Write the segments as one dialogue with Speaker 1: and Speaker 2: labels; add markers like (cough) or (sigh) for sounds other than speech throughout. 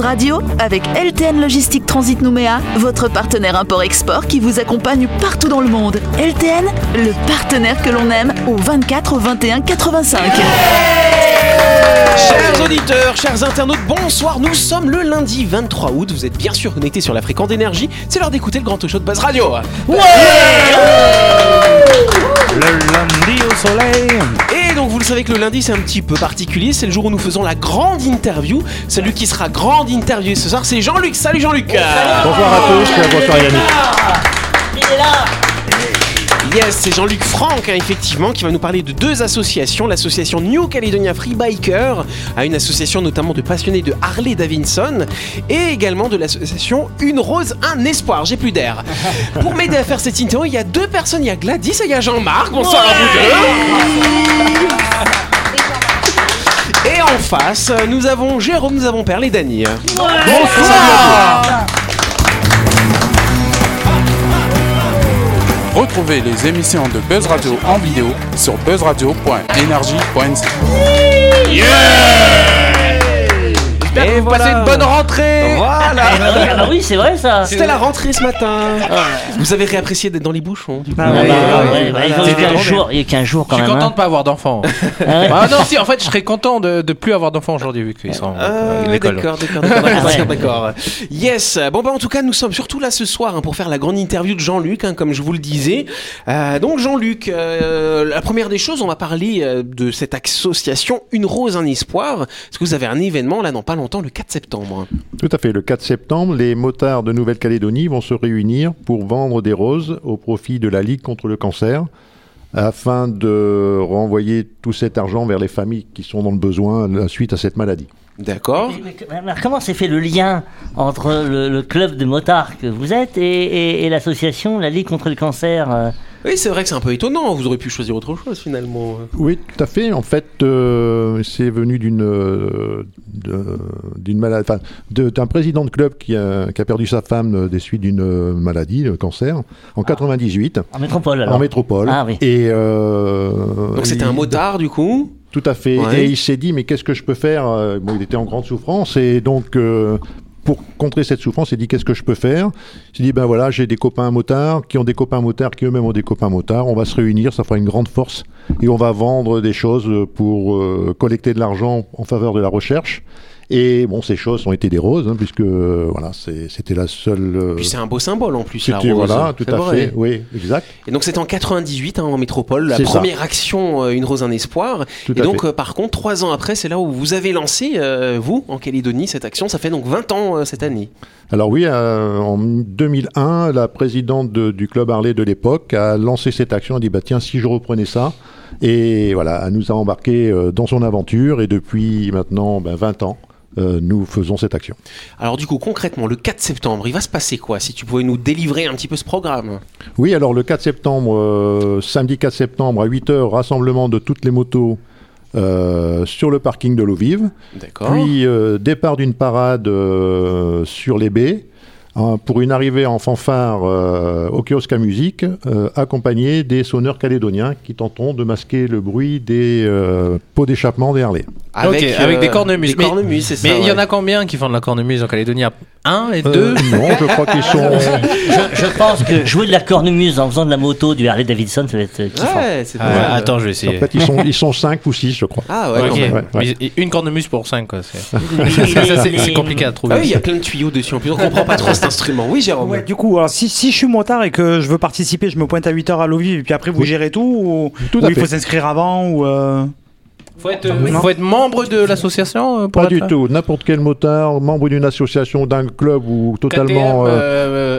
Speaker 1: radio avec LTN Logistique Transit Nouméa, votre partenaire import-export qui vous accompagne partout dans le monde. LTN, le partenaire que l'on aime au 24 21 85.
Speaker 2: Chers auditeurs, chers internautes, bonsoir. Nous sommes le lundi 23 août. Vous êtes bien sûr connectés sur la fréquence d'énergie. C'est l'heure d'écouter le grand show de Buzz Radio.
Speaker 3: Le lundi au soleil.
Speaker 2: Et donc, vous le savez que le lundi, c'est un petit peu particulier. C'est le jour où nous faisons la grande interview. Celui qui sera grand interviewé ce soir, c'est Jean-Luc. Salut Jean-Luc.
Speaker 3: Bonsoir à tous, bonsoir Yannick.
Speaker 2: Yes, c'est Jean-Luc Franck, hein, effectivement, qui va nous parler de deux associations. L'association New Caledonia Free Biker, à une association notamment de passionnés de Harley Davidson, et également de l'association Une Rose, un Espoir. J'ai plus (laughs) d'air. Pour m'aider à faire cette interview, il y a deux personnes. Il y a Gladys et il y a Jean-Marc. Bonsoir à vous deux. Et en face, nous avons Jérôme, nous avons Perle et Dany.
Speaker 4: Retrouvez les émissions de Buzz Radio en vidéo sur buzzradio.energie.nc.
Speaker 2: J'espère que vous passez une bonne rentrée.
Speaker 5: Ah bah oui, c'est vrai ça.
Speaker 2: C'était la rentrée ce matin. Vous avez réapprécié d'être dans les bouchons. du coup.
Speaker 5: Ah bah, ouais, ouais, bah,
Speaker 3: C'est
Speaker 5: il
Speaker 3: des
Speaker 5: y a qu'un
Speaker 3: journées.
Speaker 5: jour, il y a qu'un jour
Speaker 6: Je
Speaker 5: quand
Speaker 6: suis
Speaker 5: même.
Speaker 6: content
Speaker 5: hein.
Speaker 6: de pas avoir
Speaker 7: (laughs)
Speaker 6: d'enfant.
Speaker 5: Ah ouais.
Speaker 6: Ah non, si, en fait, je serais content de ne plus avoir d'enfants aujourd'hui, vu qu'ils sont en
Speaker 2: Ah,
Speaker 6: l'école.
Speaker 2: d'accord, d'accord, d'accord, d'accord,
Speaker 5: Ouais.
Speaker 2: d'accord. Yes. Bon bah en tout cas, nous sommes surtout là ce soir hein, pour faire la grande interview de Jean-Luc, hein, comme je vous le disais. Euh, donc Jean-Luc, euh, la première des choses, on va parler euh, de cette association Une Rose, un Espoir. Parce que vous avez un événement là dans pas longtemps, le 4 septembre.
Speaker 7: Tout à fait. Le 4 septembre, les motards de Nouvelle-Calédonie vont se réunir pour vendre des roses au profit de la Ligue contre le cancer afin de renvoyer tout cet argent vers les familles qui sont dans le besoin euh, suite à cette maladie.
Speaker 2: D'accord.
Speaker 5: Mais que- mais Comment s'est fait le lien entre le, le club de motards que vous êtes et, et- et l'association, la Ligue contre le cancer euh
Speaker 2: Oui, c'est vrai que c'est un peu étonnant. Vous auriez pu choisir autre chose finalement.
Speaker 7: Oui, tout à fait. En fait, euh, c'est venu d'une euh, de- d'une maladie, enfin, de- d'un président de club qui a, qui a perdu sa femme euh, des suites d'une euh, maladie, le cancer, en 98
Speaker 5: En métropole Ah. alors.
Speaker 7: en métropole.
Speaker 5: Ah oui.
Speaker 7: Et euh,
Speaker 2: Donc c'était un
Speaker 7: il-
Speaker 2: motard du coup.
Speaker 7: Tout à fait.
Speaker 2: Ouais.
Speaker 7: Et il s'est dit, mais qu'est-ce que je peux faire Euh, Bon, il était en grande souffrance. Et donc, euh, pour contrer cette souffrance, il dit, qu'est-ce que je peux faire Il s'est dit, ben voilà, j'ai des copains motards qui ont des copains motards qui eux-mêmes ont des copains motards. On va se réunir, ça fera une grande force. Et on va vendre des choses pour euh, collecter de l'argent en faveur de la recherche. Et bon, ces choses ont été des roses, hein, puisque euh, voilà, c'est- c'était la seule. euh,
Speaker 2: Puis c'est un beau symbole en plus. la
Speaker 7: c'était-
Speaker 2: rose.
Speaker 7: voilà, tout
Speaker 2: C'est
Speaker 7: à
Speaker 2: vrai.
Speaker 7: fait. Oui, exact.
Speaker 2: Et donc c'était en 98 hein, en métropole, la
Speaker 7: C'est ça.
Speaker 2: première action euh, Une Rose, un Espoir.
Speaker 7: Tout
Speaker 2: et
Speaker 7: à
Speaker 2: donc
Speaker 7: fait.
Speaker 2: euh, par contre, trois ans après, c'est là où vous avez lancé, euh, vous, en Calédonie, cette action. Ça fait donc 20 ans euh, cette année.
Speaker 7: Alors oui, euh, en 2001, la présidente de- du club Harley de l'époque a lancé cette action, a dit bah tiens si je reprenais ça, et voilà, elle nous a embarqués euh, dans son aventure et depuis maintenant ben, 20 ans, euh, nous faisons cette action.
Speaker 2: Alors du coup, concrètement, le 4 septembre, il va se passer quoi Si tu pouvais nous délivrer un petit peu ce programme.
Speaker 7: Oui, alors le 4 septembre, euh, samedi 4 septembre à 8h, rassemblement de toutes les motos euh, sur le parking de Lovive.
Speaker 2: D'accord.
Speaker 7: Puis euh, départ d'une parade euh, sur les baies hein, pour une arrivée en fanfare euh, au kiosque à musique, euh, accompagnée des sonneurs calédoniens qui tenteront de masquer le bruit des euh, pots d'échappement des Harley.
Speaker 6: Ok, avec des cornemuses.
Speaker 2: euh, Des
Speaker 6: Mais-
Speaker 2: cornemuses, c'est ça.
Speaker 6: Mais il y en
Speaker 2: ouais.
Speaker 6: a combien qui font de la cornemuse en Calédonie Un et
Speaker 7: Euh,
Speaker 6: deux
Speaker 7: Non, je crois qu'ils sont.
Speaker 5: Je, je pense que jouer de la cornemuse en faisant de la moto du Harley Davidson, ça va être euh, kiffant.
Speaker 2: Ouais, c'est
Speaker 6: Ah,
Speaker 2: vrai.
Speaker 6: Attends, je vais essayer.
Speaker 7: En fait, ils sont, ils sont cinq ou six, je crois.
Speaker 2: Ah ouais,
Speaker 6: Ok,
Speaker 2: quand même.
Speaker 7: ouais, ouais.
Speaker 6: mais Une cornemuse pour cinq, quoi.
Speaker 7: (laughs)
Speaker 6: c'est- (laughs)
Speaker 5: Mais-
Speaker 6: Ça, C'est
Speaker 5: mais-
Speaker 6: c'est compliqué à trouver.
Speaker 2: Ah oui, il y a plein de tuyaux dessus. En plus, on comprend pas trop cet instrument. Oui,
Speaker 7: Ah
Speaker 2: Jérôme.
Speaker 8: Ouais, du coup, alors, si, si je suis montard et que je veux participer, je me pointe à 8h à Loviv et puis après vous gérez tout ou,
Speaker 7: Tout
Speaker 8: ou
Speaker 7: à
Speaker 8: il
Speaker 7: fait.
Speaker 8: faut s'inscrire avant ou euh,
Speaker 6: Faut être, euh, faut être membre de l'association euh, pour
Speaker 7: Pas
Speaker 6: être
Speaker 7: du
Speaker 6: là
Speaker 7: tout. N'importe quel motard, membre d'une association, d'un club ou totalement.
Speaker 6: KTM, euh,
Speaker 7: euh,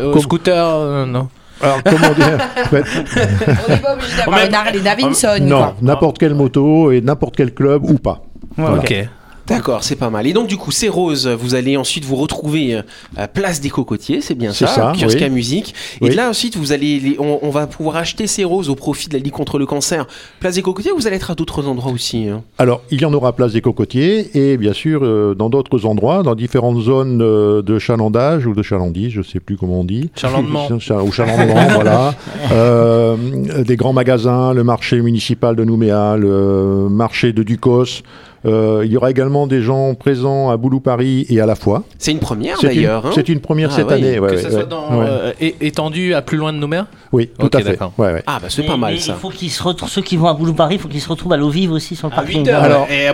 Speaker 6: euh, au
Speaker 7: comme-
Speaker 6: scooter, euh, non.
Speaker 7: alors, comment dire Ouais,
Speaker 9: On n'est pas obligé d'avoir
Speaker 6: En même-
Speaker 9: une Harley Davidson.
Speaker 7: Ah, Non,
Speaker 9: quoi.
Speaker 7: n'importe quelle moto et n'importe quel club ou pas.
Speaker 8: voilà.
Speaker 6: Ok.
Speaker 2: D'accord, c'est pas mal. Et donc du coup, c'est Rose. Vous allez ensuite vous retrouver euh, place des Cocotiers, c'est bien
Speaker 7: C'est
Speaker 2: ça,
Speaker 7: ça,
Speaker 2: kiosque
Speaker 7: oui.
Speaker 2: à musique. Et
Speaker 7: Oui.
Speaker 2: là ensuite, vous allez, les- on, on va pouvoir acheter ces roses au profit de la Ligue contre le cancer. Place des Cocotiers, vous allez être à d'autres endroits aussi. hein.
Speaker 7: Alors, il y en aura à place des Cocotiers et bien sûr euh, dans d'autres endroits, dans différentes zones euh, de chalandage ou de chalandise, je ne sais plus comment on dit.
Speaker 6: Chalandement.
Speaker 7: Cha- (laughs) Ou chalandement, voilà. Euh, des grands magasins, le marché municipal de Nouméa, le marché de Ducos, Euh, il y aura également des gens présents à Boulou Paris et à la fois.
Speaker 2: C'est une première
Speaker 7: C'est une,
Speaker 2: d'ailleurs. hein.
Speaker 7: c'est une première
Speaker 2: Ah
Speaker 7: cette
Speaker 2: oui,
Speaker 7: année. ouais,
Speaker 6: que
Speaker 7: ouais,
Speaker 6: ça
Speaker 7: ouais,
Speaker 6: soit dans,
Speaker 7: ouais.
Speaker 6: euh, é- étendu à plus loin de Nouméa
Speaker 7: Oui, tout
Speaker 6: Ok,
Speaker 7: à fait.
Speaker 6: d'accord.
Speaker 7: Ouais, ouais.
Speaker 2: Ah bah c'est
Speaker 5: Mais-
Speaker 2: pas mal
Speaker 5: mais
Speaker 2: ça.
Speaker 5: Il faut qu'ils se retrouvent, ceux qui vont à Boulou Paris, il faut qu'ils se retrouvent à l'eau vive aussi sur le parking.
Speaker 7: Alors-
Speaker 6: et à
Speaker 7: (laughs)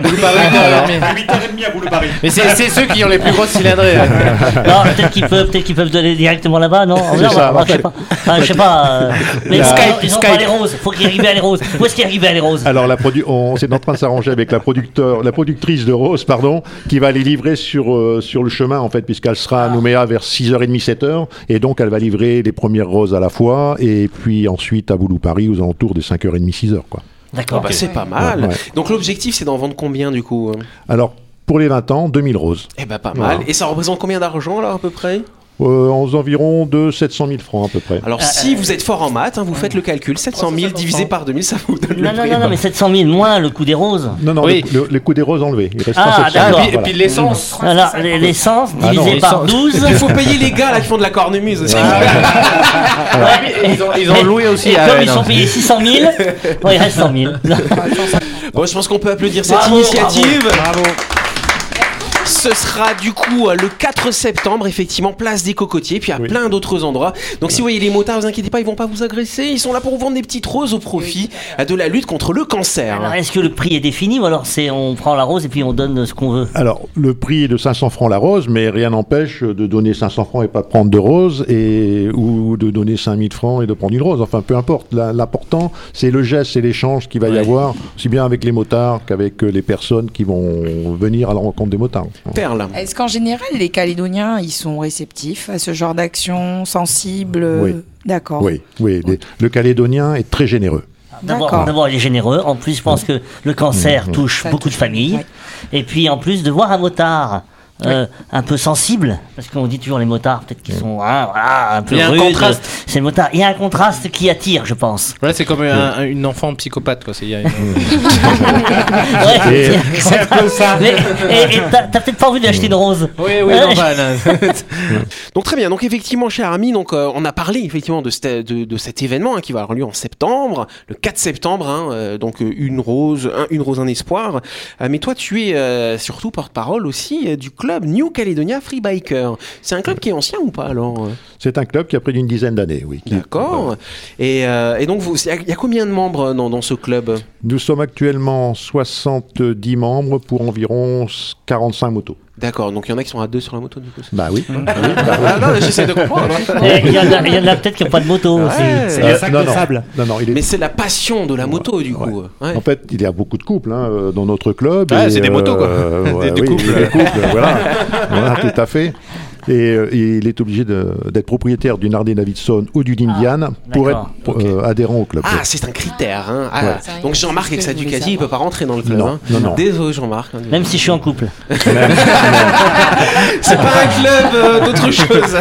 Speaker 6: à Mais c'est c'est ceux qui ont les plus grosses cylindrées. hein.
Speaker 5: Non, peut-être qu'ils peuvent, peut-être qu'ils peuvent donner directement là-bas, non En
Speaker 7: C'est
Speaker 5: vrai,
Speaker 7: ça,
Speaker 5: moi,
Speaker 7: en
Speaker 5: je sais
Speaker 7: fait.
Speaker 5: pas. Enfin, je sais pas. euh, mais
Speaker 7: La-
Speaker 5: ils ont-
Speaker 7: Skype,
Speaker 5: ils ont pas les roses. Faut qu'ils arrivent à les roses. Où est-ce qu'ils arrivent à les roses
Speaker 7: Alors la produ- on s'est en train de s'arranger avec la producteur, la productrice de Rose, pardon, qui va les livrer sur euh, sur le chemin en fait, puisqu'elle sera à Nouméa vers 6h30 7h et donc elle va livrer les premières roses à la fois et puis ensuite à Boulou Paris aux alentours des 5h30 6h quoi.
Speaker 5: D'accord.
Speaker 2: Bah, c'est pas mal.
Speaker 7: Ouais, ouais.
Speaker 2: Donc l'objectif c'est d'en vendre combien du coup hein
Speaker 7: Alors pour les 20 ans, 2000 roses.
Speaker 2: Eh bah pas mal. Et ça représente combien d'argent là à peu près
Speaker 7: Euh, aux environs de 700 000 francs à peu près.
Speaker 2: Alors si vous êtes fort en maths, hein, vous faites le calcul. 700 000 divisé par 2000, ça vous donne le
Speaker 5: Non, non,
Speaker 2: prix.
Speaker 5: non, non, mais 700 000 moins le coût des roses.
Speaker 7: Non, non,
Speaker 6: Oui.
Speaker 7: le, le- le coût des roses enlevé. Il reste
Speaker 5: Ah, d'accord.
Speaker 6: Et puis l'essence.
Speaker 5: Alors, les- l'essence
Speaker 7: Ah non,
Speaker 5: divisé par
Speaker 7: (laughs)
Speaker 5: 12.
Speaker 2: Il
Speaker 5: (laughs)
Speaker 2: faut payer les gars là qui font de la cornemuse aussi.
Speaker 6: Ils ont, ils ont
Speaker 5: Mm. Mais-
Speaker 6: loué aussi.
Speaker 5: Et
Speaker 6: ah
Speaker 5: comme
Speaker 6: ouais,
Speaker 5: ils
Speaker 6: non.
Speaker 5: sont payés 600
Speaker 7: (laughs)
Speaker 5: 000, bon, il reste 100 000.
Speaker 2: Bon, je pense qu'on peut applaudir cette
Speaker 5: Bravo,
Speaker 2: initiative. Ce sera du coup euh, le 4 septembre, effectivement, place des Cocotiers, puis à plein d'autres endroits. Donc si vous voyez les motards, vous inquiétez pas, ils vont pas vous agresser. Ils sont là pour vous vendre des petites roses au profit euh, de la lutte contre le cancer.
Speaker 5: Alors, est-ce que le prix est défini ou alors c'est on prend la rose et puis on donne ce qu'on veut
Speaker 7: Alors, le prix est de 500 francs la rose, mais rien n'empêche de donner 500 francs et pas de prendre de rose, et, ou de donner 5000 francs et de prendre une rose. Enfin, peu importe. La- L'important, c'est le geste, c'est l'échange qu'il va y avoir, aussi bien avec les motards qu'avec euh, les personnes qui vont venir à la rencontre des motards.
Speaker 2: Perle.
Speaker 9: Est-ce qu'en général, les Calédoniens, ils sont réceptifs à ce genre d'action, sensibles euh,
Speaker 7: Oui.
Speaker 9: D'accord.
Speaker 7: Oui, oui. les- le Calédonien est très généreux.
Speaker 5: D'abord,
Speaker 9: D'accord.
Speaker 5: d'abord, il est généreux. En plus, je pense que le cancer touche
Speaker 9: Ça
Speaker 5: beaucoup de
Speaker 9: touche,
Speaker 5: familles.
Speaker 9: ouais.
Speaker 5: Et puis, en plus, de voir un motard euh, un peu sensible, parce qu'on dit toujours les motards, peut-être qu'ils sont hein, voilà, un peu
Speaker 6: Il y a un
Speaker 5: rudes.
Speaker 6: contraste.
Speaker 5: C'est le motard. Il y a un contraste qui attire, je pense.
Speaker 6: Voilà, c'est comme un- un- une enfant psychopathe. Quoi. c'est- il y a une-
Speaker 5: Ouais,
Speaker 7: Et-
Speaker 5: il y a un contraste. Mais- et et t'as t'as peut-être pas envie d'acheter une rose.
Speaker 6: (laughs) Oui, oui, non, bah, (laughs) non.
Speaker 2: Donc très bien, donc effectivement cher ami, donc, euh, on a parlé effectivement de, cette- de- de cet événement hein, qui va avoir lieu en septembre, le 4 septembre, hein, euh, donc euh, une rose, un- une rose, un espoir. Euh, mais toi tu es euh, surtout porte-parole aussi euh, du club New Caledonia Free Biker. C'est un club qui est ancien ou pas alors euh
Speaker 7: C'est un club qui a près d'une dizaine d'années, oui. qui-
Speaker 2: D'accord. Et, euh, et donc vous- il y, a- il y a combien de membres dans, dans ce club
Speaker 7: Nous sommes actuellement 70 membres pour environ 45 motos.
Speaker 2: D'accord, donc il y en a qui sont à deux sur la moto du coup.
Speaker 7: Bah oui.
Speaker 2: Ah, non, j'essaie de comprendre.
Speaker 5: Et Eh, Il y en a, il y en a peut-être qui n'ont pas de moto aussi.
Speaker 2: Ouais.
Speaker 7: Euh, non, non. Non, non, il est
Speaker 2: Mais c'est la passion de la moto du coup. Ouais.
Speaker 7: En fait, il y a beaucoup de couples hein, euh, dans notre club.
Speaker 6: Ouais,
Speaker 7: et,
Speaker 6: c'est des motos, quoi.
Speaker 2: (laughs)
Speaker 7: euh, ouais,
Speaker 6: Des- des
Speaker 7: oui,
Speaker 6: couples.
Speaker 7: Des couples, voilà. Voilà, tout à fait. Et euh, il est obligé de- d'être propriétaire d'une Harley Davidson ou d'une Indian pour être
Speaker 5: d'accord.
Speaker 7: euh, adhérent au club.
Speaker 2: Ah, c'est un critère. Hein. Ah,
Speaker 9: Ouais.
Speaker 2: Donc Jean-Marc avec sa
Speaker 9: C'est ce que je voulais
Speaker 2: Ducati, il peut pas rentrer dans le club.
Speaker 7: Non,
Speaker 2: hein.
Speaker 7: non, non.
Speaker 2: Désolé Jean-Marc. hein.
Speaker 5: Même si je suis en couple.
Speaker 2: C'est pas un (laughs) club euh,
Speaker 6: (laughs)
Speaker 2: d'autre chose.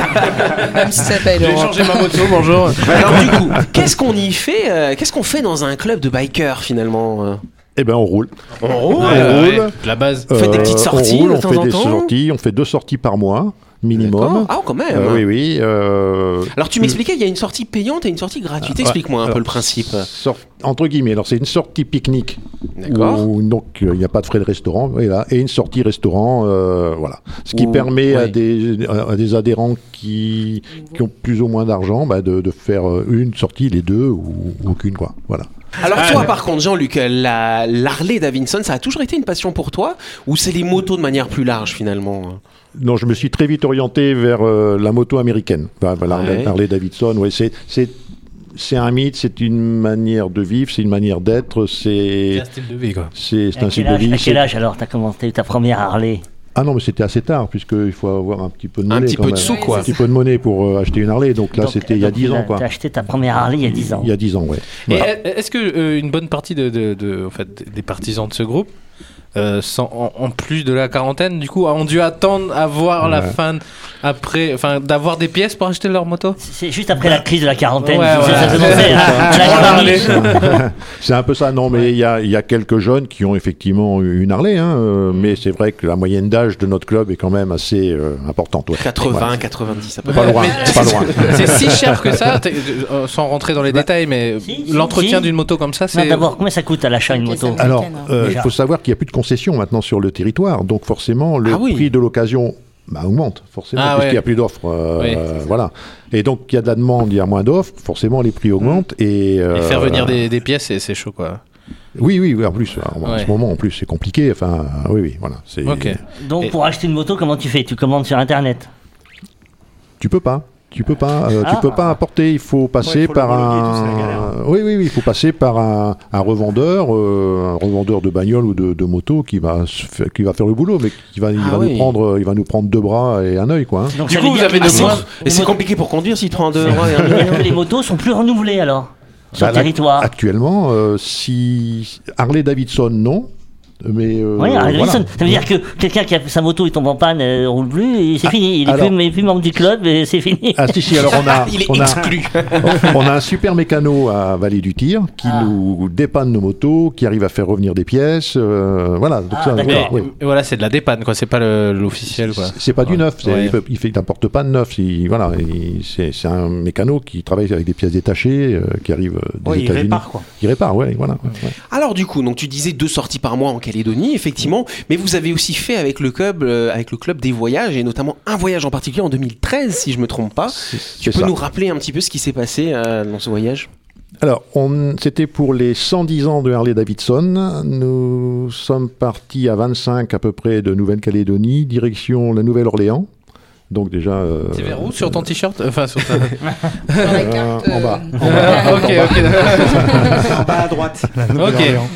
Speaker 9: Même si ça s'appelle. euh,
Speaker 6: J'ai
Speaker 9: Europe.
Speaker 6: changé ma moto, bonjour.
Speaker 2: Alors du coup, qu'est-ce qu'on y fait euh, Qu'est-ce qu'on fait dans un club de bikers finalement euh
Speaker 7: Eh ben, on roule.
Speaker 2: On roule.
Speaker 7: On
Speaker 6: Ouais,
Speaker 7: roule.
Speaker 6: ouais, La base.
Speaker 7: Euh,
Speaker 2: faites des petites sorties
Speaker 7: on roule,
Speaker 2: de
Speaker 7: on
Speaker 2: temps
Speaker 7: fait
Speaker 2: en
Speaker 7: des
Speaker 2: temps
Speaker 7: sorties, on fait deux sorties par mois minimum.
Speaker 2: Ah, quand même.
Speaker 7: Euh, oui, oui. euh,
Speaker 2: Alors tu m'expliquais, il y a une sortie payante et une sortie gratuite. Explique-moi un peu
Speaker 7: Alors,
Speaker 2: le principe.
Speaker 7: sort- entre guillemets, alors c'est une sortie pique-nique.
Speaker 2: D'accord.
Speaker 7: Où, donc euh, il n'y a pas de frais de restaurant, et, là, et une sortie restaurant, euh, voilà. Ce qui
Speaker 2: Ou-
Speaker 7: permet à,
Speaker 2: ouais.
Speaker 7: des, à des adhérents qui, qui ont plus ou moins d'argent bah, de, de faire euh, une sortie, les deux, ou, ou aucune, quoi. Voilà.
Speaker 2: Alors toi, par contre, Jean-Luc, euh, la l'Harley Davidson, ça a toujours été une passion pour toi ou c'est les motos de manière plus large finalement hein?
Speaker 7: Non, je me suis très vite orienté vers euh, la moto américaine. Enfin, bah, la-
Speaker 2: Ouais.
Speaker 7: la Harley Davidson, ouais, c'est. c'est- c'est un mythe, c'est une manière de vivre, c'est une manière d'être,
Speaker 6: C'est
Speaker 7: c'est
Speaker 6: un style de vie, quoi.
Speaker 7: c'est- c'est
Speaker 5: À
Speaker 7: un
Speaker 5: quel,
Speaker 7: style de
Speaker 5: âge,
Speaker 7: vie.
Speaker 5: à quel
Speaker 7: c'est-
Speaker 5: âge alors t'as commencé ta première Harley
Speaker 7: Ah non, mais c'était assez tard, puisqu'il faut avoir un petit peu de
Speaker 2: Un
Speaker 7: monnaie.
Speaker 2: petit
Speaker 7: quand
Speaker 2: peu de
Speaker 7: même.
Speaker 2: sous, quoi.
Speaker 7: Un petit peu de monnaie pour euh, acheter une Harley. Donc là,
Speaker 5: Donc,
Speaker 7: c'était il y a
Speaker 5: donc,
Speaker 7: 10
Speaker 5: t'as-
Speaker 7: ans, quoi.
Speaker 5: T'as acheté ta première Harley il y a 10 ans.
Speaker 7: Il y a 10 ans, (laughs) ouais.
Speaker 6: Et
Speaker 7: Voilà.
Speaker 6: Est-ce que euh, une bonne partie de, de- de- en fait, des partisans de ce groupe, euh, sans- en, en plus de la quarantaine, du coup, ont dû attendre à voir la
Speaker 7: Ouais.
Speaker 6: fin de- après, enfin, d'avoir des pièces pour acheter leur moto
Speaker 5: C'est juste après la crise de la quarantaine.
Speaker 6: Ouais,
Speaker 5: ça-
Speaker 6: ouais.
Speaker 5: ça commençait à- à hein. la
Speaker 6: Harley.
Speaker 5: crise.
Speaker 7: (laughs) C'est un peu ça, non, mais il y, a, il y a quelques jeunes qui ont effectivement eu une Harley, hein, euh, mais c'est vrai que la moyenne d'âge de notre club est quand même assez euh, importante. ouais.
Speaker 2: 80,
Speaker 7: Ouais.
Speaker 2: 90, ça peut
Speaker 7: Pas loin,
Speaker 6: Mais-
Speaker 7: pas loin.
Speaker 6: C'est si cher que ça, t'es- euh, sans rentrer dans les détails, mais
Speaker 5: Si, si,
Speaker 6: l'entretien
Speaker 5: si.
Speaker 6: d'une moto comme ça,
Speaker 5: Non,
Speaker 6: c'est.
Speaker 5: D'abord, combien ça coûte à l'achat une
Speaker 9: Ok, ça
Speaker 5: moto
Speaker 9: me-
Speaker 7: Alors,
Speaker 9: Américaine, hein.
Speaker 7: euh, il
Speaker 5: Déjà.
Speaker 7: faut savoir qu'il n'y a plus de concessions maintenant sur le territoire, donc forcément le
Speaker 2: Ah oui.
Speaker 7: prix de l'occasion bah, augmente, forcément,
Speaker 6: Ah
Speaker 7: puisqu'il n'y a
Speaker 6: ouais.
Speaker 7: plus d'offres. euh,
Speaker 6: Oui,
Speaker 7: voilà. Et donc il y a de la demande, il y a moins d'offres, forcément les prix augmentent. Et,
Speaker 6: Mmh. Et
Speaker 7: euh,
Speaker 6: faire venir des, des pièces, c'est- c'est chaud quoi.
Speaker 7: Oui, oui, oui, en plus, en, en
Speaker 6: Ouais.
Speaker 7: ce moment, en plus, c'est compliqué. Enfin, oui, oui, voilà. c'est-
Speaker 6: Ok.
Speaker 5: Donc
Speaker 6: Et-
Speaker 5: pour acheter une moto, comment tu fais Tu commandes sur internet.
Speaker 7: Tu peux pas. Tu peux pas, euh,
Speaker 5: Ah.
Speaker 7: tu peux pas apporter. Il faut passer
Speaker 8: il faut
Speaker 7: par
Speaker 8: l'homologuer, tout ça, la
Speaker 7: un.
Speaker 8: galère. hein.
Speaker 7: Oui, oui, oui. Il faut passer par un, un revendeur, euh, un revendeur de bagnole ou de, de moto qui va se faire- qui va faire le boulot, mais qui va, il
Speaker 2: Ah
Speaker 7: va
Speaker 2: oui.
Speaker 7: nous prendre, il va nous prendre deux bras et un œil, quoi. hein.
Speaker 5: Donc,
Speaker 2: Du
Speaker 5: ça
Speaker 2: coup,
Speaker 5: veut
Speaker 2: vous
Speaker 5: dire
Speaker 2: avez
Speaker 5: que
Speaker 2: de
Speaker 5: les
Speaker 2: moins.
Speaker 5: motos-
Speaker 2: Et
Speaker 5: les
Speaker 2: c'est
Speaker 5: motos-
Speaker 2: compliqué pour conduire s'il te rend deux bras et
Speaker 5: Ça
Speaker 2: un
Speaker 5: veut dire que
Speaker 2: oeil.
Speaker 5: les motos sont plus renouvelées alors sur
Speaker 7: Bah,
Speaker 5: le
Speaker 7: là,
Speaker 5: territoire.
Speaker 7: Actuellement, euh, si Harley Davidson, non, mais euh,
Speaker 5: Oui, Harley
Speaker 7: voilà.
Speaker 5: Davidson. Ça veut dire que quelqu'un qui a sa moto, il tombe en panne, euh, il roule plus, et c'est fini. Il est
Speaker 7: alors-
Speaker 5: plus, il est plus membre du club et c'est fini.
Speaker 7: Ah si si alors on a
Speaker 2: Il est
Speaker 7: on a
Speaker 2: exclu.
Speaker 7: (laughs) on a un super mécano à Vallée du Tir qui
Speaker 5: Ah.
Speaker 7: nous dépanne nos motos, qui arrive à faire revenir des pièces, euh, voilà. Donc
Speaker 5: Ah,
Speaker 7: ça,
Speaker 5: d'accord.
Speaker 7: voilà,
Speaker 6: Mais
Speaker 7: oui.
Speaker 6: voilà, c'est de la dépanne quoi, c'est pas le- l'officiel quoi.
Speaker 7: C'est pas
Speaker 6: Ouais.
Speaker 7: du neuf, c'est-
Speaker 6: Ouais.
Speaker 7: il, peut- il fait- il n'apporte pas de neuf. il- voilà, il- c'est c'est un mécano qui travaille avec des pièces détachées, euh, qui arrivent euh, des
Speaker 8: Ouais, il
Speaker 7: États-Unis.
Speaker 8: répare quoi.
Speaker 7: Il répare, ouais, voilà. ouais, ouais.
Speaker 2: Alors du coup, donc tu disais deux sorties par mois en Calédonie, effectivement, mais vous avez aussi fait avec le club, euh, avec le club des voyages et notamment un voyage en particulier en 2013, si je me trompe pas. Ah, Tu
Speaker 7: C'est
Speaker 2: peux
Speaker 7: ça.
Speaker 2: nous rappeler un petit peu ce qui s'est passé euh, dans ce voyage
Speaker 7: Alors, on- c'était pour les 110 ans de Harley Davidson. Nous sommes partis à 25 à peu près de Nouvelle-Calédonie, direction la Nouvelle-Orléans. Donc déjà. euh,
Speaker 6: C'est vers où sur ton t-shirt Enfin, sur ta.
Speaker 9: Dans la
Speaker 7: carte, en bas.
Speaker 9: euh,
Speaker 6: Ah, ok, ok.
Speaker 8: En bas à droite. La nouvelle
Speaker 6: Ok.
Speaker 8: Orléans.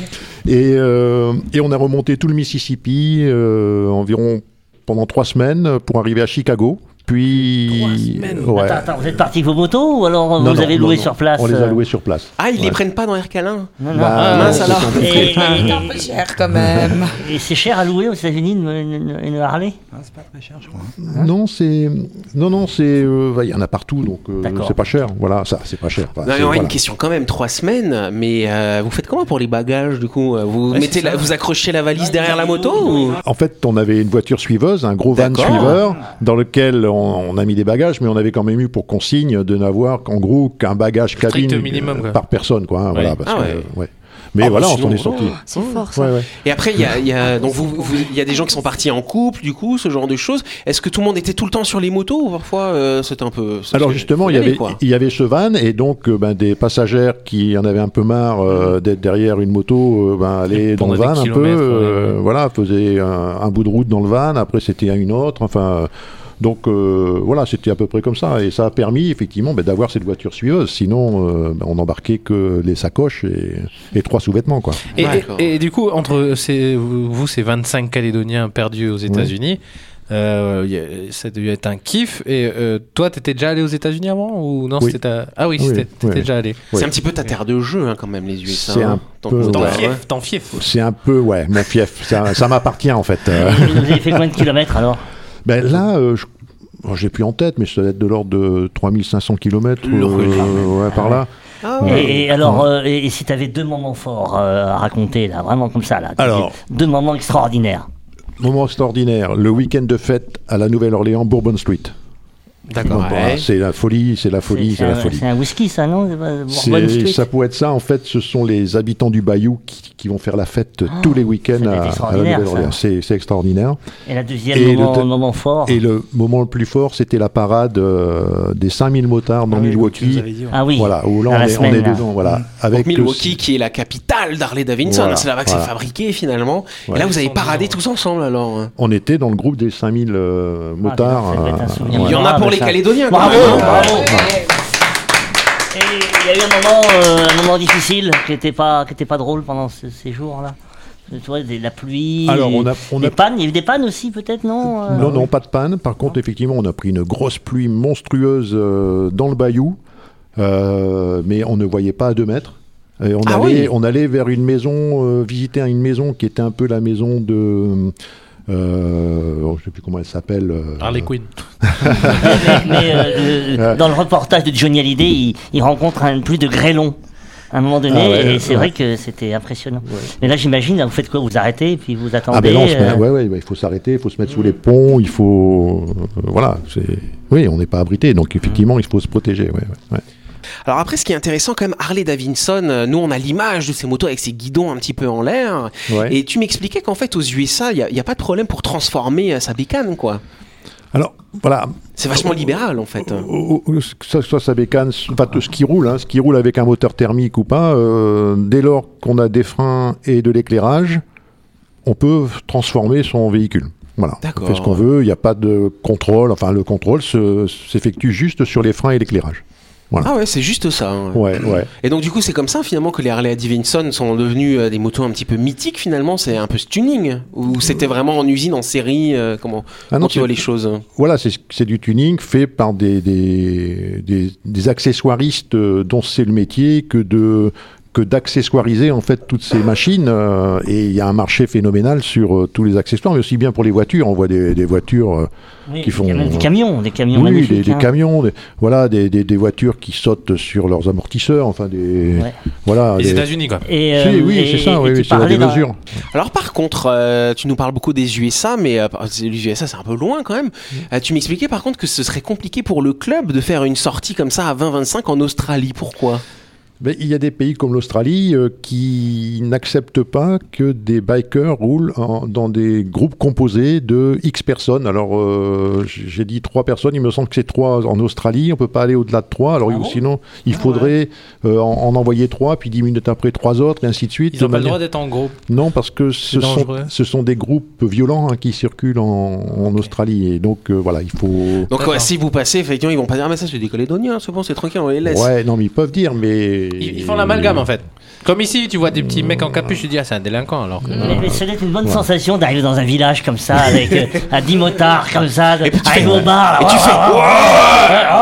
Speaker 7: Et, euh, et on a remonté tout le Mississippi euh, environ pendant trois semaines pour arriver à Chicago. Puis.
Speaker 5: Trois semaines.
Speaker 7: Ouais.
Speaker 5: Attends, attends, vous êtes parti avec vos motos ou alors
Speaker 7: Non,
Speaker 5: vous
Speaker 7: non,
Speaker 5: avez
Speaker 7: non,
Speaker 5: loué
Speaker 7: non.
Speaker 5: sur place
Speaker 7: On les a
Speaker 5: euh,
Speaker 7: loués sur place.
Speaker 2: Ah, ils les
Speaker 7: Ouais.
Speaker 2: prennent pas dans Air Câlin
Speaker 5: Non, non.
Speaker 7: Bah,
Speaker 2: mince alors.
Speaker 5: Et,
Speaker 9: (laughs) Il est
Speaker 5: et-
Speaker 9: un peu cher quand même.
Speaker 5: et c'est cher à louer aux États-Unis une, une- une Harley
Speaker 8: Ah, c'est pas très cher, je crois.
Speaker 7: Non, c'est non, non, c'est euh, bah, il y en a partout, donc euh,
Speaker 5: D'accord.
Speaker 7: c'est pas cher. Voilà, ça, c'est pas cher. Enfin,
Speaker 2: Non,
Speaker 7: c'est-
Speaker 2: mais ouais,
Speaker 7: voilà.
Speaker 2: une question quand même, trois semaines, mais euh, vous faites comment pour les bagages du coup Euh, Vous
Speaker 6: Ouais,
Speaker 2: mettez
Speaker 6: c'est ça.
Speaker 2: la- vous accrochez la valise
Speaker 5: Ouais,
Speaker 2: derrière
Speaker 5: ils
Speaker 2: la
Speaker 5: ont-
Speaker 2: moto
Speaker 5: ils ont-
Speaker 2: ou-
Speaker 7: En fait, on avait une voiture suiveuse, un gros van
Speaker 2: D'accord.
Speaker 7: suiveur, dans lequel on, on a mis des bagages, mais on avait quand même eu pour consigne de n'avoir qu'en gros qu'un bagage cabine
Speaker 6: minimum,
Speaker 7: euh,
Speaker 6: quoi.
Speaker 7: par personne, quoi. hein, voilà, parce
Speaker 2: Ah
Speaker 7: que,
Speaker 2: ouais.
Speaker 7: euh, ouais. Mais
Speaker 2: Ah,
Speaker 7: voilà,
Speaker 2: bah,
Speaker 7: on s'en
Speaker 2: sinon,
Speaker 7: est sorti.
Speaker 10: C'est fort ça.
Speaker 7: Ouais, ouais.
Speaker 2: Et après, il y a, il y a- donc vous- vous- il y a des gens qui sont partis en couple, du coup, ce genre de choses. Est-ce que tout le monde était tout le temps sur les motos ou parfois euh, c'était un peu. c'était-
Speaker 7: Alors justement,
Speaker 2: faut y
Speaker 7: il y
Speaker 2: aller,
Speaker 7: avait
Speaker 2: quoi.
Speaker 7: il y avait ce van et donc euh, ben, des passagères qui en avaient un peu marre euh,
Speaker 6: Mm-hmm.
Speaker 7: d'être derrière une moto, euh, ben, aller dans
Speaker 6: pendant
Speaker 7: le
Speaker 6: des
Speaker 7: van un peu,
Speaker 6: kilomètres,
Speaker 7: euh,
Speaker 6: ouais.
Speaker 7: voilà, faisaient un, un bout de route dans le van, après c'était à une autre, enfin. euh, Donc euh, voilà, c'était à peu près comme ça et ça a permis effectivement ben, d'avoir cette voiture suiveuse. Sinon, euh, ben, on embarquait que les sacoches et, et trois sous-vêtements quoi.
Speaker 6: Et,
Speaker 2: Ouais.
Speaker 6: et- et du coup, entre ces, vous, vous, ces 25 Calédoniens perdus aux États-Unis, euh, y a- ça a dû être un kiff. Et euh, toi, t'étais déjà allé aux États-Unis avant ou non
Speaker 7: Oui.
Speaker 6: c'était ta- Ah oui,
Speaker 7: Oui,
Speaker 6: c'était- t'étais
Speaker 7: oui.
Speaker 6: déjà allé.
Speaker 2: C'est
Speaker 7: Ouais.
Speaker 2: un petit peu ta terre de jeu hein, quand même, les USA.
Speaker 7: C'est
Speaker 2: hein.
Speaker 7: un
Speaker 2: Tant-
Speaker 7: peu-
Speaker 2: tant-
Speaker 7: Ouais.
Speaker 2: ouais.
Speaker 6: t'en fief.
Speaker 7: C'est un peu ouais mon fief, ça, ça m'appartient
Speaker 6: (laughs)
Speaker 7: en fait. Euh,
Speaker 5: Vous avez fait combien de kilomètres alors
Speaker 7: Ben là, euh, je- bon, j'ai plus en tête, mais ça doit être de l'ordre de 3500 km euh, par là. Oh.
Speaker 2: Ah ouais.
Speaker 5: Et, et alors, euh, et, et si t'avais deux moments forts euh, à raconter là, vraiment comme ça là
Speaker 7: Alors.
Speaker 5: Deux moments extraordinaires.
Speaker 7: Moment extraordinaire, le week-end de fête à la Nouvelle-Orléans, Bourbon Street.
Speaker 2: D'accord.
Speaker 7: Donc,
Speaker 2: ouais.
Speaker 7: voilà, c'est la folie, c'est la folie, c'est
Speaker 5: un,
Speaker 7: la folie.
Speaker 5: c'est un whisky ça, non C'est pas- Bourbon
Speaker 7: C'est-
Speaker 5: Street
Speaker 7: Ça pourrait être ça, en fait, ce sont les habitants du Bayou qui, qui vont faire la fête tous les week-ends
Speaker 5: Ah, ça doit être
Speaker 7: à, à la
Speaker 5: extraordinaire,
Speaker 7: Nouvelle-Orléans. C'est c'est extraordinaire.
Speaker 5: Et la deuxième
Speaker 7: Et le
Speaker 5: moment,
Speaker 7: te-
Speaker 5: moment fort
Speaker 7: Et le moment le plus fort, c'était la parade euh, des 5000 motards dans
Speaker 8: Ah oui, tu nous
Speaker 7: Milwaukee.
Speaker 8: avais dit, ouais.
Speaker 5: Ah oui.
Speaker 7: Voilà, où là,
Speaker 5: À
Speaker 7: on
Speaker 5: la
Speaker 7: est,
Speaker 5: semaine,
Speaker 7: on est
Speaker 5: là. Mm.
Speaker 7: dedans. Voilà,
Speaker 2: Donc
Speaker 7: avec le-
Speaker 2: Milwaukee, qui est la capitale d'Harley Davidson,
Speaker 7: Voilà,
Speaker 2: c'est là-bas que c'est
Speaker 7: voilà.
Speaker 2: fabriqué finalement. Et
Speaker 7: Ouais.
Speaker 2: là, vous avez paradé tous ensemble alors. hein.
Speaker 7: on était dans le groupe des 5000
Speaker 2: Ah,
Speaker 7: euh, motards.
Speaker 5: ça doit être un
Speaker 7: euh,
Speaker 5: souvenir.
Speaker 2: Il y en a
Speaker 5: Bravo,
Speaker 2: pour les
Speaker 5: ça.
Speaker 2: Calédoniens. quand
Speaker 5: Bravo,
Speaker 2: même, hein.
Speaker 5: bravo. Et il y a eu un moment, euh, un moment difficile qui n'était pas, qui était pas drôle pendant ce- ces jours-là. Tu vois, des- la pluie.
Speaker 7: Alors,
Speaker 5: et-
Speaker 7: on a- on
Speaker 5: des
Speaker 7: a-
Speaker 5: pannes. Il y a eu des pannes aussi, peut-être, non euh,
Speaker 7: Non, non, pas de panne. Par contre, effectivement, on a pris une grosse pluie monstrueuse euh, dans le bayou, euh, mais on ne voyait pas à deux mètres. Et on,
Speaker 2: Ah
Speaker 7: allait,
Speaker 2: oui.
Speaker 7: on allait vers une maison, euh, visiter une maison qui était un peu la maison de. euh, oh, je ne sais plus comment elle s'appelle. euh,
Speaker 6: Harley Quinn.
Speaker 5: Mais, mais,
Speaker 7: (laughs)
Speaker 5: euh, euh, dans le reportage de Johnny Hallyday, il, il rencontre un pluie de grêlons à un moment donné,
Speaker 7: Ah ouais,
Speaker 5: et c'est
Speaker 7: ouais.
Speaker 5: vrai que c'était impressionnant. Mais là, j'imagine, là, vous faites quoi Vous arrêtez, et puis vous attendez.
Speaker 7: Ah ben non, on se met-
Speaker 5: euh,
Speaker 7: ouais, ouais, ouais, il faut s'arrêter, il faut se mettre sous les ponts, il faut. euh, voilà. c'est- Oui, on n'est pas abrité, donc effectivement, il faut se protéger. ouais, ouais, ouais.
Speaker 2: Alors après, ce qui est intéressant quand même, Harley Davidson, euh, nous on a l'image de ces motos avec ces guidons un petit peu en l'air.
Speaker 7: Ouais.
Speaker 2: Et tu m'expliquais qu'en fait aux USA, il n'y a, il y a pas de problème pour transformer euh, sa bécane, quoi.
Speaker 7: Alors, voilà,
Speaker 2: C'est vachement libéral en fait.
Speaker 7: Oh, oh, que ça soit sa bécane, enfin tout ce qui roule, hein, ce qui roule avec un moteur thermique ou pas, euh, dès lors qu'on a des freins et de l'éclairage, on peut transformer son véhicule. Voilà,
Speaker 2: D'accord.
Speaker 7: on fait ce qu'on veut, il n'y a pas de contrôle, enfin le contrôle se- s'effectue juste sur les freins et l'éclairage.
Speaker 2: Ah ouais, c'est juste ça. hein.
Speaker 7: Ouais, ouais.
Speaker 2: Et donc du coup, c'est comme ça finalement que les Harley Davidson sont devenues euh, des motos un petit peu mythiques finalement. C'est un peu ce tuning ou c'était vraiment en usine, en série, euh, comment,
Speaker 7: Ah non,
Speaker 2: comment tu
Speaker 7: c'est-
Speaker 2: vois les choses
Speaker 7: Voilà, c'est c'est du tuning fait par des, des, des- des accessoiristes euh, dont c'est le métier que de que d'accessoiriser en fait toutes ces machines euh, et il y a un marché phénoménal sur euh, tous les accessoires mais aussi bien pour les voitures on voit des, des voitures euh,
Speaker 5: Oui,
Speaker 7: Qui font-
Speaker 5: Il y a même des camions, des camions
Speaker 7: oui,
Speaker 5: magnifiques.
Speaker 7: des, des
Speaker 5: hein.
Speaker 7: camions des, voilà des, des, des voitures qui sautent sur leurs amortisseurs enfin des
Speaker 5: Ouais.
Speaker 7: voilà
Speaker 6: Les
Speaker 7: des-
Speaker 6: États-Unis, quoi.
Speaker 5: Et,
Speaker 7: Si,
Speaker 5: euh,
Speaker 7: oui
Speaker 5: et-
Speaker 7: c'est ça
Speaker 5: et
Speaker 7: oui,
Speaker 5: tu
Speaker 7: oui, c'est
Speaker 5: parlais
Speaker 7: des
Speaker 5: d'un-
Speaker 7: mesures
Speaker 2: Alors par contre, euh, tu nous parles beaucoup des USA, mais euh, par- c'est- les USA c'est un peu loin quand même.
Speaker 7: Mm.
Speaker 2: Euh, tu m'expliquais par contre que ce serait compliqué pour le club de faire une sortie comme ça à 20-25 en Australie. Pourquoi
Speaker 7: Ben, il y a des pays comme l'Australie euh, qui n'acceptent pas que des bikers roulent en- dans des groupes composés de X personnes. Alors, euh, j- j'ai dit trois personnes, il me semble que c'est trois en Australie, on peut pas aller au-delà de trois. Alors,
Speaker 5: Ah bon
Speaker 7: sinon, il faudrait euh, en, en envoyer trois, puis dix minutes après trois autres, et ainsi de suite.
Speaker 6: Ils
Speaker 7: de
Speaker 6: n'ont pas le
Speaker 7: manière-
Speaker 6: droit d'être en groupe.
Speaker 7: non, parce que ce sont,
Speaker 6: dangereux.
Speaker 7: ce sont des groupes violents hein, qui circulent en, en Australie. Et donc, euh, voilà, il faut.
Speaker 2: Donc
Speaker 6: D'accord.
Speaker 2: ouais, si vous passez, effectivement, ils vont pas dire ah, mais ça c'est des Calédoniens, c'est bon, c'est tranquille, on les laisse.
Speaker 7: Ouais, non, mais ils peuvent dire, mais.
Speaker 6: Ils, ils font l'amalgame, en fait. Comme ici, tu vois des petits mecs en capuche, tu dis, ah, c'est un délinquant, alors que.
Speaker 5: Mais, mais ce n'est une bonne sensation d'arriver dans un village comme ça, avec
Speaker 7: (laughs)
Speaker 5: euh, à 10 motards comme ça, de- arriver au bar, là, oh, oh, oh,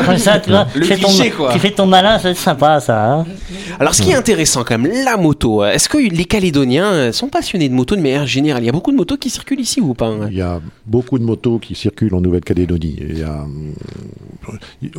Speaker 5: oh, comme ça, tu vois,
Speaker 2: Le
Speaker 5: tu fais ton-
Speaker 2: cliché, quoi.
Speaker 5: tu fais ton malin, c'est sympa ça. hein.
Speaker 2: Alors,
Speaker 7: Mm.
Speaker 2: ce qui est intéressant quand même, la moto. euh, Est-ce que les Calédoniens euh, sont passionnés de moto de manière générale Il y a beaucoup de motos qui circulent ici ou pas hein
Speaker 7: Il y a beaucoup de motos qui circulent en Nouvelle-Calédonie. Il y a, hum,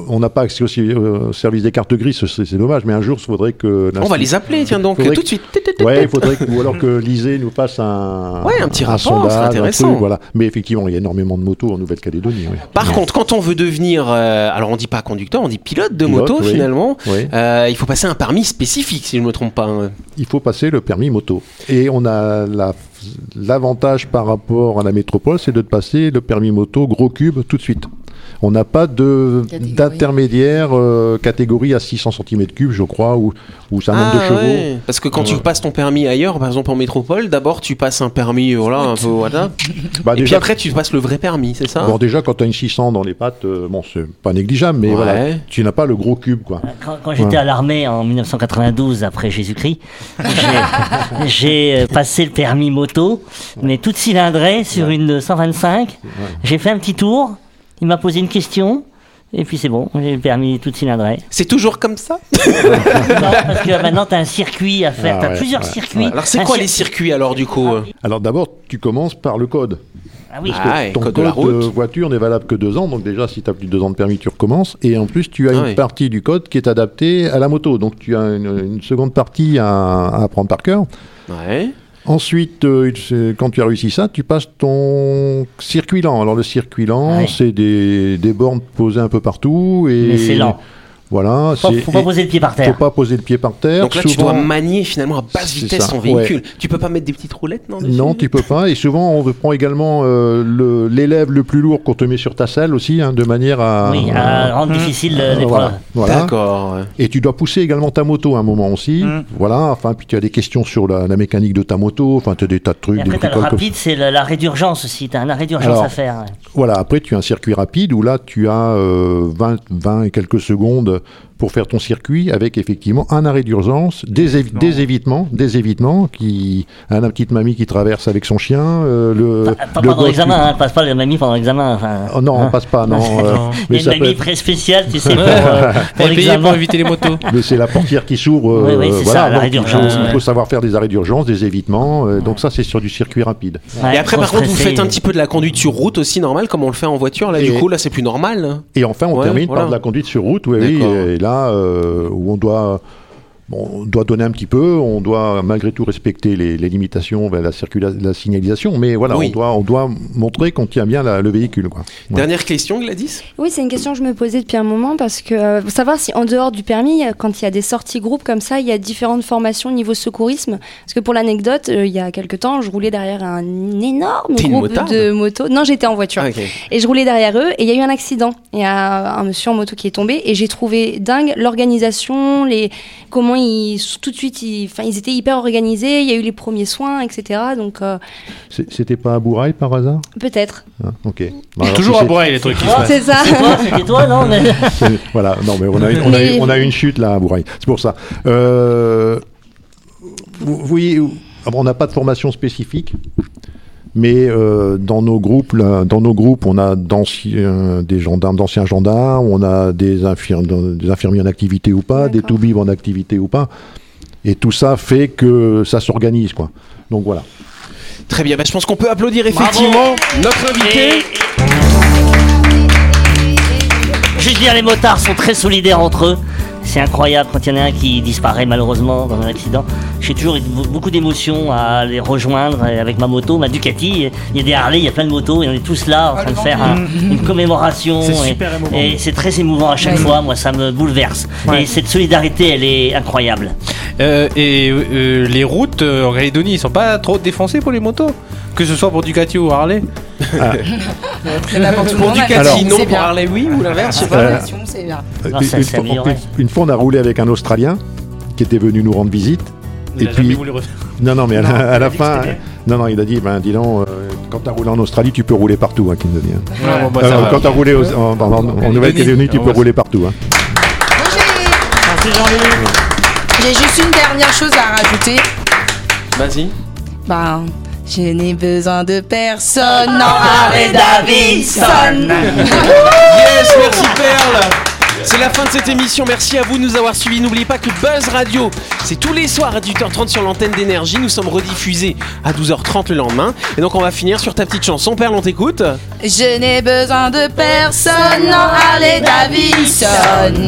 Speaker 7: On n'a pas accès aussi euh, au service des cartes grises, c'est c'est dommage, mais un jour, il faudrait que.
Speaker 2: On va les appeler, tiens donc,
Speaker 7: Faudrait
Speaker 2: tout
Speaker 7: que-
Speaker 2: de suite.
Speaker 7: Ouais, il faudrait que, ou alors que l'ISÉ nous passe un,
Speaker 2: Ouais, un petit rapport, ce serait
Speaker 7: sondage, un truc,
Speaker 2: intéressant.
Speaker 7: voilà. Mais effectivement, il y a énormément de motos en Nouvelle-Calédonie. oui.
Speaker 2: Par contre, quand on veut devenir, euh, alors on dit pas conducteur, on dit pilote de
Speaker 7: Pilote,
Speaker 2: moto
Speaker 7: oui.
Speaker 2: finalement,
Speaker 7: Oui.
Speaker 2: euh, il faut passer un permis spécifique si je ne me trompe pas. hein.
Speaker 7: il faut passer le permis moto. Et on a la- l'avantage par rapport à la métropole, c'est de passer le permis moto gros cube tout de suite. On n'a pas de-
Speaker 9: Catégorie.
Speaker 7: d'intermédiaire euh, catégorie à 600 cm3, je crois, ou, ou c'est un nombre de
Speaker 2: Ah,
Speaker 7: chevaux.
Speaker 2: ouais. Parce que quand tu passes ton permis ailleurs, par exemple en métropole, d'abord tu passes un permis, euh, voilà, un peu, voilà.
Speaker 7: Bah,
Speaker 2: Et puis
Speaker 7: déjà,
Speaker 2: après hein. tu passes le vrai permis, c'est ça
Speaker 7: bon, déjà, quand tu as une 600 dans les pattes, euh, bon, c'est pas négligeable, mais
Speaker 2: Ouais.
Speaker 7: voilà, tu n'as pas le gros cube, quoi.
Speaker 5: Quand, quand j'étais
Speaker 7: Ouais.
Speaker 5: à l'armée en 1992 après Jésus-Christ, j'ai- (laughs) j'ai euh, passé le permis moto, mais toute cylindrée sur une 125. J'ai fait un petit tour, il m'a posé une question, et puis c'est bon, j'ai le permis toute cylindrée.
Speaker 2: C'est toujours comme ça
Speaker 5: Non, parce que maintenant t'as un circuit à faire,
Speaker 7: Ah
Speaker 5: t'as
Speaker 7: ouais,
Speaker 5: plusieurs
Speaker 7: ouais,
Speaker 5: circuits.
Speaker 2: Alors c'est
Speaker 5: Un
Speaker 2: quoi
Speaker 5: cir-
Speaker 2: les circuits alors du coup euh
Speaker 7: Alors d'abord, tu commences par le code.
Speaker 5: Ah oui,
Speaker 2: Ah ouais,
Speaker 7: Ton
Speaker 2: code
Speaker 7: code,
Speaker 2: de la route.
Speaker 7: voiture n'est valable que deux ans, donc déjà si tu as plus de deux ans de permis, tu recommences. Et en plus, tu as
Speaker 2: Ah
Speaker 7: une
Speaker 2: oui.
Speaker 7: partie du code qui est adaptée à la moto, donc tu as une, une seconde partie à, à apprendre par cœur.
Speaker 2: Ouais.
Speaker 7: Ensuite, euh, il- c'est- quand tu as réussi ça, tu passes ton circuit lent. Alors le circuit lent,
Speaker 5: Ouais.
Speaker 7: c'est des, des bornes posées un peu partout. Et
Speaker 5: mais c'est lent.
Speaker 7: Voilà,
Speaker 5: Faut,
Speaker 7: Ah, c'est-
Speaker 5: faut pas
Speaker 7: et-
Speaker 5: poser le pied par
Speaker 7: faut
Speaker 5: terre.
Speaker 7: pas poser le pied par terre.
Speaker 2: Donc là, tu
Speaker 7: Souvent-
Speaker 2: dois manier finalement à basse
Speaker 7: C'est
Speaker 2: vitesse
Speaker 7: ça,
Speaker 2: ton véhicule. Tu peux pas mettre des petites roulettes, non dessus
Speaker 7: Non, tu peux pas. Et souvent, on reprend également euh, le- l'élève le, plus lourd qu'on te met sur ta selle aussi, hein, de manière à.
Speaker 5: Oui, à rendre difficile euh, l'épreuve.
Speaker 7: Ah, Voilà. voilà.
Speaker 2: D'accord.
Speaker 7: Et tu dois pousser également ta moto à un moment aussi.
Speaker 5: Mmh.
Speaker 8: Mm.
Speaker 7: Voilà. Enfin, puis tu as des questions sur la, la mécanique de ta moto. Enfin, tu as des tas de trucs.
Speaker 5: Et
Speaker 7: des
Speaker 5: après, t'as le
Speaker 7: bricoles comme-
Speaker 5: rapide, c'est la- l'arrêt d'urgence aussi. T'as un arrêt d'urgence
Speaker 7: Alors, euh,
Speaker 5: à faire. ouais.
Speaker 7: Voilà. Après, tu as un circuit rapide où là, tu as euh, 20, 20 et quelques secondes pour faire ton circuit avec effectivement un arrêt d'urgence, des, évi- des évitements, des évitements qui. hein, la petite mamie qui traverse avec son chien. euh, le,
Speaker 5: Pas, pas
Speaker 7: le
Speaker 5: pendant
Speaker 7: gosse-
Speaker 5: l'examen, hein, passe pas les mamies pendant l'examen. Enfin,
Speaker 7: Oh non,
Speaker 5: hein.
Speaker 7: on passe
Speaker 5: (laughs)
Speaker 7: pas, non. euh,
Speaker 5: Il
Speaker 7: mais
Speaker 5: y a
Speaker 7: ça
Speaker 5: une
Speaker 7: peut
Speaker 5: mamie
Speaker 7: être-
Speaker 5: très spéciale, tu sais, pour, euh,
Speaker 7: (laughs)
Speaker 5: pour
Speaker 6: T'es payé
Speaker 5: l'examen.
Speaker 6: pour éviter les (laughs) motos.
Speaker 7: mais c'est la portière qui s'ouvre.
Speaker 5: Oui,
Speaker 7: euh,
Speaker 5: oui, c'est ça,
Speaker 7: voilà,
Speaker 5: l'arrêt
Speaker 7: donc il faut-
Speaker 5: d'urgence,
Speaker 7: Il
Speaker 5: ouais.
Speaker 7: faut savoir faire des arrêts d'urgence, des évitements. euh, Donc ça, c'est sur du circuit rapide.
Speaker 5: Ouais,
Speaker 2: Et après,
Speaker 5: trop
Speaker 2: par contre, vous
Speaker 5: stressé.
Speaker 2: faites un petit peu de la conduite sur route aussi normale, comme on le fait en voiture. Là, du
Speaker 7: Et-
Speaker 2: coup, là, c'est plus normal. hein.
Speaker 7: Et enfin, on
Speaker 2: Ouais,
Speaker 7: termine
Speaker 2: voilà.
Speaker 7: par de la conduite sur route, oui, oui,
Speaker 2: D'accord.
Speaker 7: et là euh, où on doit. bon, bon, on doit donner un petit peu, on doit malgré tout respecter les, les limitations, ben, la, circula- la signalisation, mais voilà,
Speaker 2: Oui.
Speaker 7: on, doit, on doit montrer qu'on tient bien la- le véhicule. Quoi. Ouais.
Speaker 2: Dernière question, Gladys
Speaker 10: (laughs) Oui, c'est une question que je me posais depuis un moment parce que euh, faut savoir si en dehors du permis, il y a- quand il y a des sorties groupes comme ça, il y a différentes formations au niveau secourisme. Parce que pour l'anecdote, euh, il y a quelques temps, je roulais derrière un énorme
Speaker 2: T'es une
Speaker 10: groupe
Speaker 2: motarde
Speaker 10: de motos. Non, j'étais en voiture.
Speaker 2: Ah, ok.
Speaker 10: Et je roulais derrière eux et il y a eu un accident. Il y a un monsieur en moto qui est tombé et j'ai trouvé dingue l'organisation, les comment ils tout de suite, ils, enfin ils étaient hyper organisés. Il y a eu les premiers soins, etc. Donc euh,
Speaker 7: C'est- C'était pas à Bourail par hasard
Speaker 10: peut-être.
Speaker 7: Hein, Ok. Bon, alors,
Speaker 6: Bah, Toujours
Speaker 7: si
Speaker 6: à
Speaker 7: c'est-
Speaker 6: Bourail, les trucs qui se passent.
Speaker 10: C'est ça.
Speaker 5: C'est toi, c'était toi, non mais...
Speaker 7: C'est- (laughs) voilà, non, mais on a, on, a,
Speaker 10: Mais-
Speaker 7: on a une chute là à Bourail. C'est pour ça. Euh, vous- vous voyez, euh, on n'a pas de formation spécifique, mais euh, dans, nos groupes, là, dans nos groupes, on a d'anciens, des gendarmes, d'anciens gendarmes, on a des, infirm- des infirmiers en activité ou pas, des
Speaker 10: D'accord.
Speaker 7: toubibs en activité ou pas. Et tout ça fait que ça s'organise, quoi. Donc voilà.
Speaker 2: Très bien, bah, je pense qu'on peut applaudir effectivement notre invité.
Speaker 5: Je veux dire, les motards sont très solidaires entre eux. C'est incroyable quand il y en a un qui disparaît malheureusement dans un accident. J'ai toujours eu be- beaucoup d'émotions à les rejoindre euh, avec ma moto, ma Ducati. Il y a des Harley, il y a plein de motos et on est tous là en train de faire un- une commémoration.
Speaker 8: Ah, C'est
Speaker 5: et-
Speaker 8: super émouvant.
Speaker 5: Et c'est très émouvant à chaque
Speaker 9: Ouais.
Speaker 5: fois. Moi, ça me bouleverse.
Speaker 8: Ouais.
Speaker 5: Et cette solidarité, elle est incroyable.
Speaker 6: Euh, et euh, les routes euh, en Calédonie, ils sont pas trop défoncées pour les motos Que ce soit pour Ducati ou Harley
Speaker 9: Il y en a pour tout le
Speaker 2: Pour
Speaker 9: monde,
Speaker 2: Ducati,
Speaker 9: la formation,
Speaker 2: non,
Speaker 9: c'est
Speaker 2: pour
Speaker 9: bien.
Speaker 2: Harley, oui, ou l'inverse, je sais
Speaker 9: La
Speaker 2: pas.
Speaker 9: formation, c'est bien.
Speaker 5: Non,
Speaker 7: une,
Speaker 5: ça-
Speaker 7: une
Speaker 5: ça
Speaker 7: fois-
Speaker 5: améliorait.
Speaker 7: une fois, on a roulé avec un Australien qui était venu nous rendre visite.
Speaker 6: Il
Speaker 7: Et
Speaker 6: a jamais
Speaker 7: puis-
Speaker 6: voulu refaire.
Speaker 7: Non, non, mais à la, à la fin,
Speaker 8: c'était
Speaker 7: non, non, il a dit, ben, dis donc, euh, quand t'as roulé en Australie, tu peux rouler partout, hein, Kennedy, hein.
Speaker 6: Ouais, bon, bah,
Speaker 7: Euh,
Speaker 6: ça va.
Speaker 7: quand t'as roulé aux- en, pardon, en
Speaker 6: Calédonie.
Speaker 7: Nouvelle-Calédonie, tu
Speaker 6: Ah,
Speaker 7: peux
Speaker 6: ouais.
Speaker 7: rouler partout. Hein.
Speaker 8: Merci Jean-Louis.
Speaker 9: J'ai juste une dernière chose à rajouter.
Speaker 2: Vas-y.
Speaker 9: Ben, je n'ai besoin de personne. Non, arrête Davidson.
Speaker 2: Yes, merci Perle c'est la fin de cette émission, merci à vous de nous avoir suivis. N'oubliez pas que Buzz Radio, c'est tous les soirs à 18h30 sur l'antenne d'énergie. Nous sommes rediffusés à 12h30 le lendemain. Et donc on va finir sur ta petite chanson. Perle, on t'écoute
Speaker 9: Je n'ai besoin de personne. Non, Harley Davidson.